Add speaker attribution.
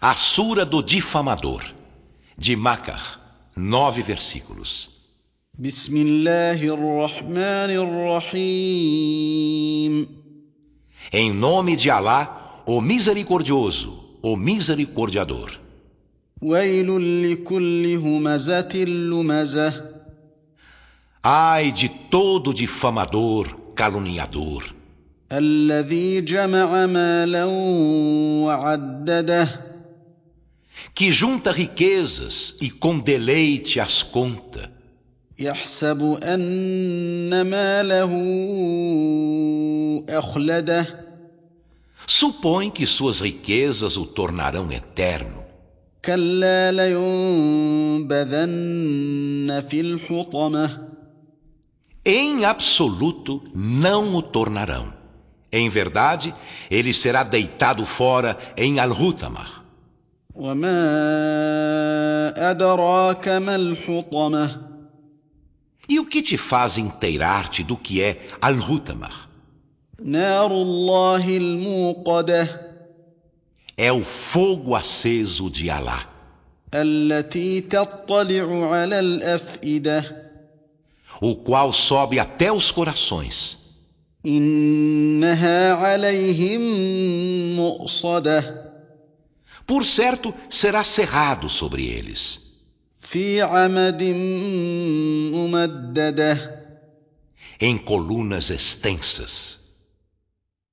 Speaker 1: A Sura do Difamador, de Macar, nove versículos.
Speaker 2: بسم الله الرحمن الرحيم
Speaker 1: Em nome de Alá, o Misericordioso, o Misericordiador.
Speaker 2: ويل لكل همزة لمزة
Speaker 1: Ai de todo difamador, caluniador,
Speaker 2: الذي جمع مالا وعدده
Speaker 1: que junta riquezas e com deleite as conta,
Speaker 2: يحسب أن ماله أخلده
Speaker 1: supõe que suas riquezas o tornarão eterno.
Speaker 2: كلا لينبذن في الحطمة
Speaker 1: Em absoluto não o tornarão. Em verdade, ele será deitado fora em Al-Hutamar.
Speaker 2: وما أدراك ما الحطمة
Speaker 1: E o que te faz inteirar-te do que é Al-Hutamar?
Speaker 2: نار الله الموقدة
Speaker 1: É o fogo aceso de Alá,
Speaker 2: التي تطلع على الأفئدة
Speaker 1: o qual sobe até os corações.
Speaker 2: إنها عليهم مؤصدة
Speaker 1: Por certo, será cerrado sobre eles,
Speaker 2: في عمد ممدده
Speaker 1: em colunas extensas.